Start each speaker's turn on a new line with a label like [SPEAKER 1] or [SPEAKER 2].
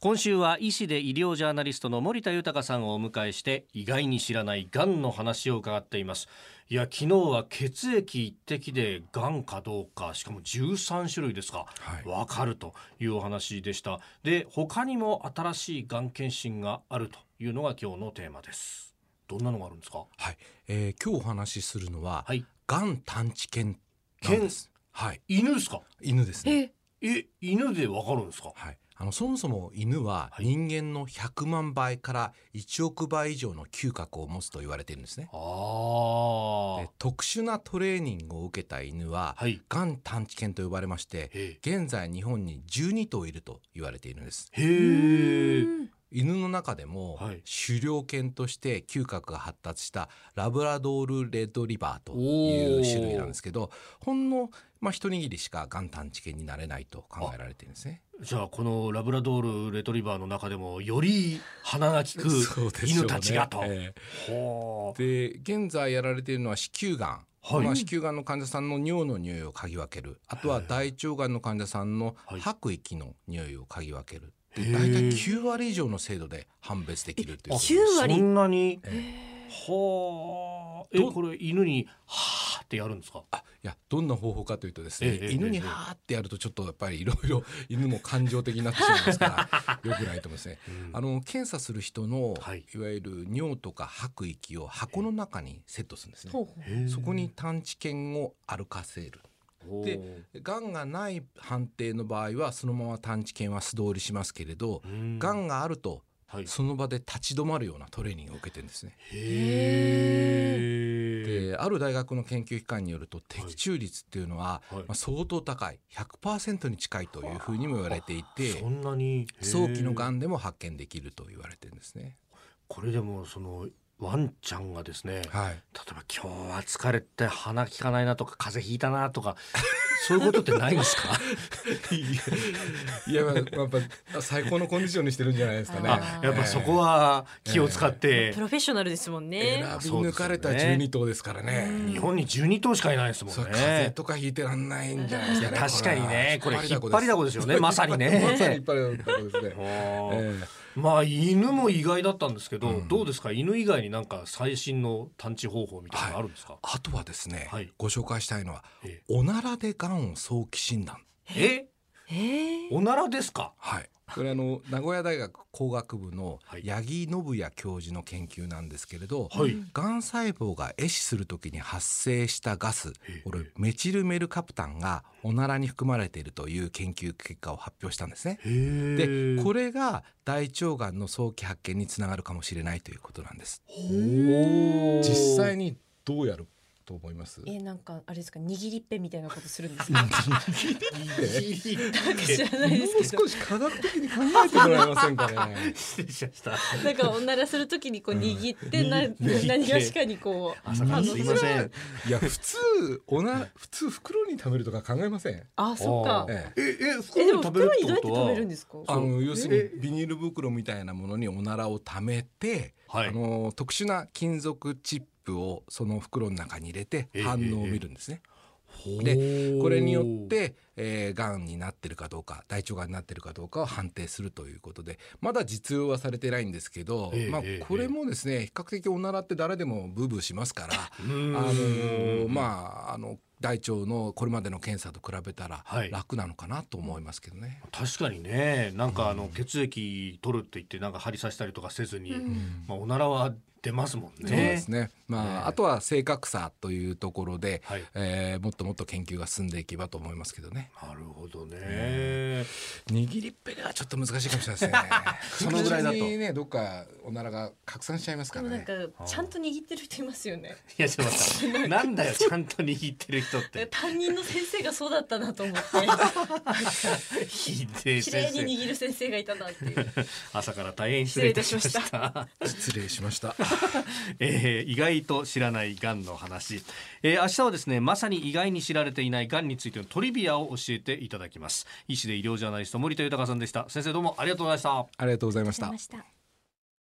[SPEAKER 1] 今週は医師で医療ジャーナリストの森田豊さんをお迎えして意外に知らないがんの話を伺っていますいや昨日は血液一滴でがんかどうかしかも13種類ですか、
[SPEAKER 2] はい
[SPEAKER 1] わかるというお話でしたで他にも新しいがん検診があるというのが今日のテーマですどんなのがあるんですか
[SPEAKER 2] はい、えー今日お話しするのは、
[SPEAKER 1] はい
[SPEAKER 2] がん探知犬なんです。はい、
[SPEAKER 1] 犬ですか
[SPEAKER 2] 犬ですね。
[SPEAKER 3] え、
[SPEAKER 1] え犬でわかるんですか
[SPEAKER 2] はい、あのそもそも犬は
[SPEAKER 1] はい
[SPEAKER 2] 人間の100万倍から1億倍以上の嗅覚を持つと言われているんですね。
[SPEAKER 1] ああ
[SPEAKER 2] で特殊なトレーニングを受けた犬は、
[SPEAKER 1] はい
[SPEAKER 2] がん探知犬と呼ばれまして、
[SPEAKER 1] へ
[SPEAKER 2] 現在日本に12頭いると言われているんです。
[SPEAKER 1] え
[SPEAKER 3] う
[SPEAKER 1] へえ
[SPEAKER 3] ーん
[SPEAKER 2] 犬の中でも、
[SPEAKER 1] はい
[SPEAKER 2] 狩猟犬として嗅覚が発達したラブラドールレッドリバーという種類なんですけどほんの、まあ、一握りしかがん探知犬になれないと考えられてるんですね。
[SPEAKER 1] じゃあこのラブラドールレトリバーの中でもより鼻が利く
[SPEAKER 2] そうでしょうね
[SPEAKER 1] 犬たちがと
[SPEAKER 2] え
[SPEAKER 1] ほう
[SPEAKER 2] えで現在やられているのは子宮がん。
[SPEAKER 1] はい
[SPEAKER 2] まあ、子宮がんの患者さんの尿の匂いを嗅ぎ分けるあとは大腸がんの患者さんの
[SPEAKER 1] はい
[SPEAKER 2] 吐く息の匂いを嗅ぎ分ける
[SPEAKER 1] へ
[SPEAKER 2] で
[SPEAKER 1] え
[SPEAKER 2] 大体9割以上の精度で判別できるという
[SPEAKER 1] あ
[SPEAKER 3] きゅ9割
[SPEAKER 1] そんなに
[SPEAKER 2] ええ
[SPEAKER 1] はあえ
[SPEAKER 2] ど
[SPEAKER 1] これ犬にはあってやるんですか
[SPEAKER 2] あいやどんな方法かというとですね、
[SPEAKER 1] ええ
[SPEAKER 2] 犬
[SPEAKER 1] え
[SPEAKER 2] に
[SPEAKER 1] え
[SPEAKER 2] はーってやるとちょっとやっぱりいろいろ犬も感情的になってしまいますから よくないと思いますね。あの検査する人の、
[SPEAKER 1] はい
[SPEAKER 2] い、わゆる尿とか吐く息を箱の中にセットするんですね。
[SPEAKER 3] ほうほう
[SPEAKER 1] へえ
[SPEAKER 2] そこに探知犬を歩かせる。
[SPEAKER 1] ほう
[SPEAKER 2] でがんがない判定の場合はそのまま探知犬は素通りしますけれど
[SPEAKER 1] う、ん
[SPEAKER 2] がんがあると
[SPEAKER 1] はい
[SPEAKER 2] その場で立ち止まるようなトレーニングを受けてるんですね。
[SPEAKER 1] へえ
[SPEAKER 2] である大学の研究機関によると的中率っていうのは、
[SPEAKER 1] はい
[SPEAKER 2] まあ、相当高い100%に近いというふうにも言われていて
[SPEAKER 1] そんなにへえ
[SPEAKER 2] 早期のがんでも発見できると言われてるんですね。
[SPEAKER 1] これでもそのワンちゃんがですね
[SPEAKER 2] はい、
[SPEAKER 1] 例えば今日は疲れて鼻効かないなとか風邪ひいたなとかそういうことってないんですか
[SPEAKER 2] いや、まあ、やっぱ最高のコンディションにしてるんじゃないですかね。
[SPEAKER 1] あやっぱそこ
[SPEAKER 2] は
[SPEAKER 1] は気を使って
[SPEAKER 3] プ、ロフェッショナルですもんね。
[SPEAKER 2] 選び抜かれた
[SPEAKER 1] そうですね
[SPEAKER 2] 12頭ですからね。
[SPEAKER 3] うん
[SPEAKER 1] 日本に12頭しかいないですもん
[SPEAKER 2] そう風邪
[SPEAKER 1] ね。
[SPEAKER 2] とか引いてらんないんじゃない
[SPEAKER 1] いや
[SPEAKER 2] です
[SPEAKER 1] 確
[SPEAKER 2] か
[SPEAKER 1] か
[SPEAKER 2] ね。
[SPEAKER 1] にねこれ引っ張りだ
[SPEAKER 2] だ
[SPEAKER 1] こですよ ねまさにね。
[SPEAKER 2] まさに引っ張りだこです ね。
[SPEAKER 1] あー
[SPEAKER 2] ええ
[SPEAKER 1] まあ犬も意外だったんですけど、
[SPEAKER 2] うん
[SPEAKER 1] どうですか犬以外になんか最新の探知方法みたいなのあるんですか、
[SPEAKER 2] あとはですね、
[SPEAKER 1] はい
[SPEAKER 2] ご紹介したいのは、
[SPEAKER 1] え
[SPEAKER 2] おならでがんを早期診断。
[SPEAKER 1] え
[SPEAKER 3] えー
[SPEAKER 1] おならですか
[SPEAKER 2] はい、これあの名古屋大学工学部の
[SPEAKER 1] はい
[SPEAKER 2] 八木信也教授の研究なんですけれど、
[SPEAKER 1] はい、
[SPEAKER 2] がん細胞が壊死するときに発生したガス
[SPEAKER 1] ええ
[SPEAKER 2] これメチルメルカプタンがおならに含まれているという研究結果を発表したんですね。
[SPEAKER 1] へ
[SPEAKER 2] でこ
[SPEAKER 1] れ
[SPEAKER 2] れが大腸がんの早期発見につながるかもしれないということなんです。実 際にどうやると思います
[SPEAKER 3] えなんかあれですか握りっぺみたいなことするんですか。なんか知らないですけ ど、
[SPEAKER 2] 少し科学的に考えてもらえませんかね
[SPEAKER 1] 失礼しました
[SPEAKER 3] なんかおならするときにこう握ってな
[SPEAKER 2] うん
[SPEAKER 1] 握って
[SPEAKER 3] 何がしかにこう
[SPEAKER 1] 朝からすいません
[SPEAKER 2] いや普通おな普通袋に貯めるとか考えません。
[SPEAKER 3] あそっか。
[SPEAKER 1] あー
[SPEAKER 2] ええ
[SPEAKER 1] ええ
[SPEAKER 3] え
[SPEAKER 1] 袋
[SPEAKER 3] でも
[SPEAKER 1] に食べる
[SPEAKER 3] 袋
[SPEAKER 1] っ
[SPEAKER 3] に
[SPEAKER 1] て
[SPEAKER 3] どうやっ
[SPEAKER 1] こ
[SPEAKER 3] て
[SPEAKER 1] とは
[SPEAKER 3] 食べるんですか。
[SPEAKER 2] あの要す
[SPEAKER 1] え
[SPEAKER 2] るにビニール袋みたいなものにおならを貯めて、
[SPEAKER 1] はい
[SPEAKER 2] あの特殊な金属チップをその袋の中に入れて
[SPEAKER 1] ええ
[SPEAKER 2] 反応を見るんですね。
[SPEAKER 1] で
[SPEAKER 2] これによって、えー、がんになってるかどうか大腸がんになってるかどうかを判定するということでまだ実用はされてないんですけど、
[SPEAKER 1] ええ
[SPEAKER 2] まあ
[SPEAKER 1] ええ、
[SPEAKER 2] これもですね比較的おならって誰でもブーブーしますから、
[SPEAKER 1] うーん
[SPEAKER 2] あのーまああの大腸のこれまでの検査と比べたら
[SPEAKER 1] はい
[SPEAKER 2] 楽なのかなと思いますけどね。
[SPEAKER 1] 確かにねなんかあの血液取るって言ってなんか針刺したりとかせずに、
[SPEAKER 3] うん
[SPEAKER 1] まあ、おならは出ますもんね。
[SPEAKER 2] そうですね。
[SPEAKER 1] ね
[SPEAKER 2] まあ、あとは正確さというところで、
[SPEAKER 1] はい
[SPEAKER 2] えーもっともっと研究が進んでいけばと思いますけどね。
[SPEAKER 1] なるほどね。
[SPEAKER 2] 握りっぺではちょっと難しいかもしれない です
[SPEAKER 1] そ
[SPEAKER 2] ね。
[SPEAKER 1] のぐらいだと
[SPEAKER 2] 確実にね、どっかおならが拡散しちゃいます
[SPEAKER 3] で
[SPEAKER 2] か
[SPEAKER 3] も
[SPEAKER 2] ら
[SPEAKER 3] なん
[SPEAKER 2] ね
[SPEAKER 3] か。ちゃんと握ってる人いますよね。
[SPEAKER 1] いやちょっと待ったなんだよちゃんと握ってる人って
[SPEAKER 3] 担任の先生がそうだったなと思って
[SPEAKER 1] ひでえ
[SPEAKER 3] 綺麗
[SPEAKER 1] 先
[SPEAKER 3] に
[SPEAKER 1] 生
[SPEAKER 3] 握る先生がいたなっていう。
[SPEAKER 1] 朝から大変 失礼いたしました
[SPEAKER 3] 失
[SPEAKER 2] 失礼しました。
[SPEAKER 1] えー意外と知らないがんの話、えー明日はですねまさに意外に知られていないがんについてのトリビアを教えていただきます医師で医療ジャーナリスト森田豊さんでした先生どうもありがとうございました
[SPEAKER 2] ありがとうございまし
[SPEAKER 4] ありがとうござい
[SPEAKER 2] た
[SPEAKER 4] ま。した。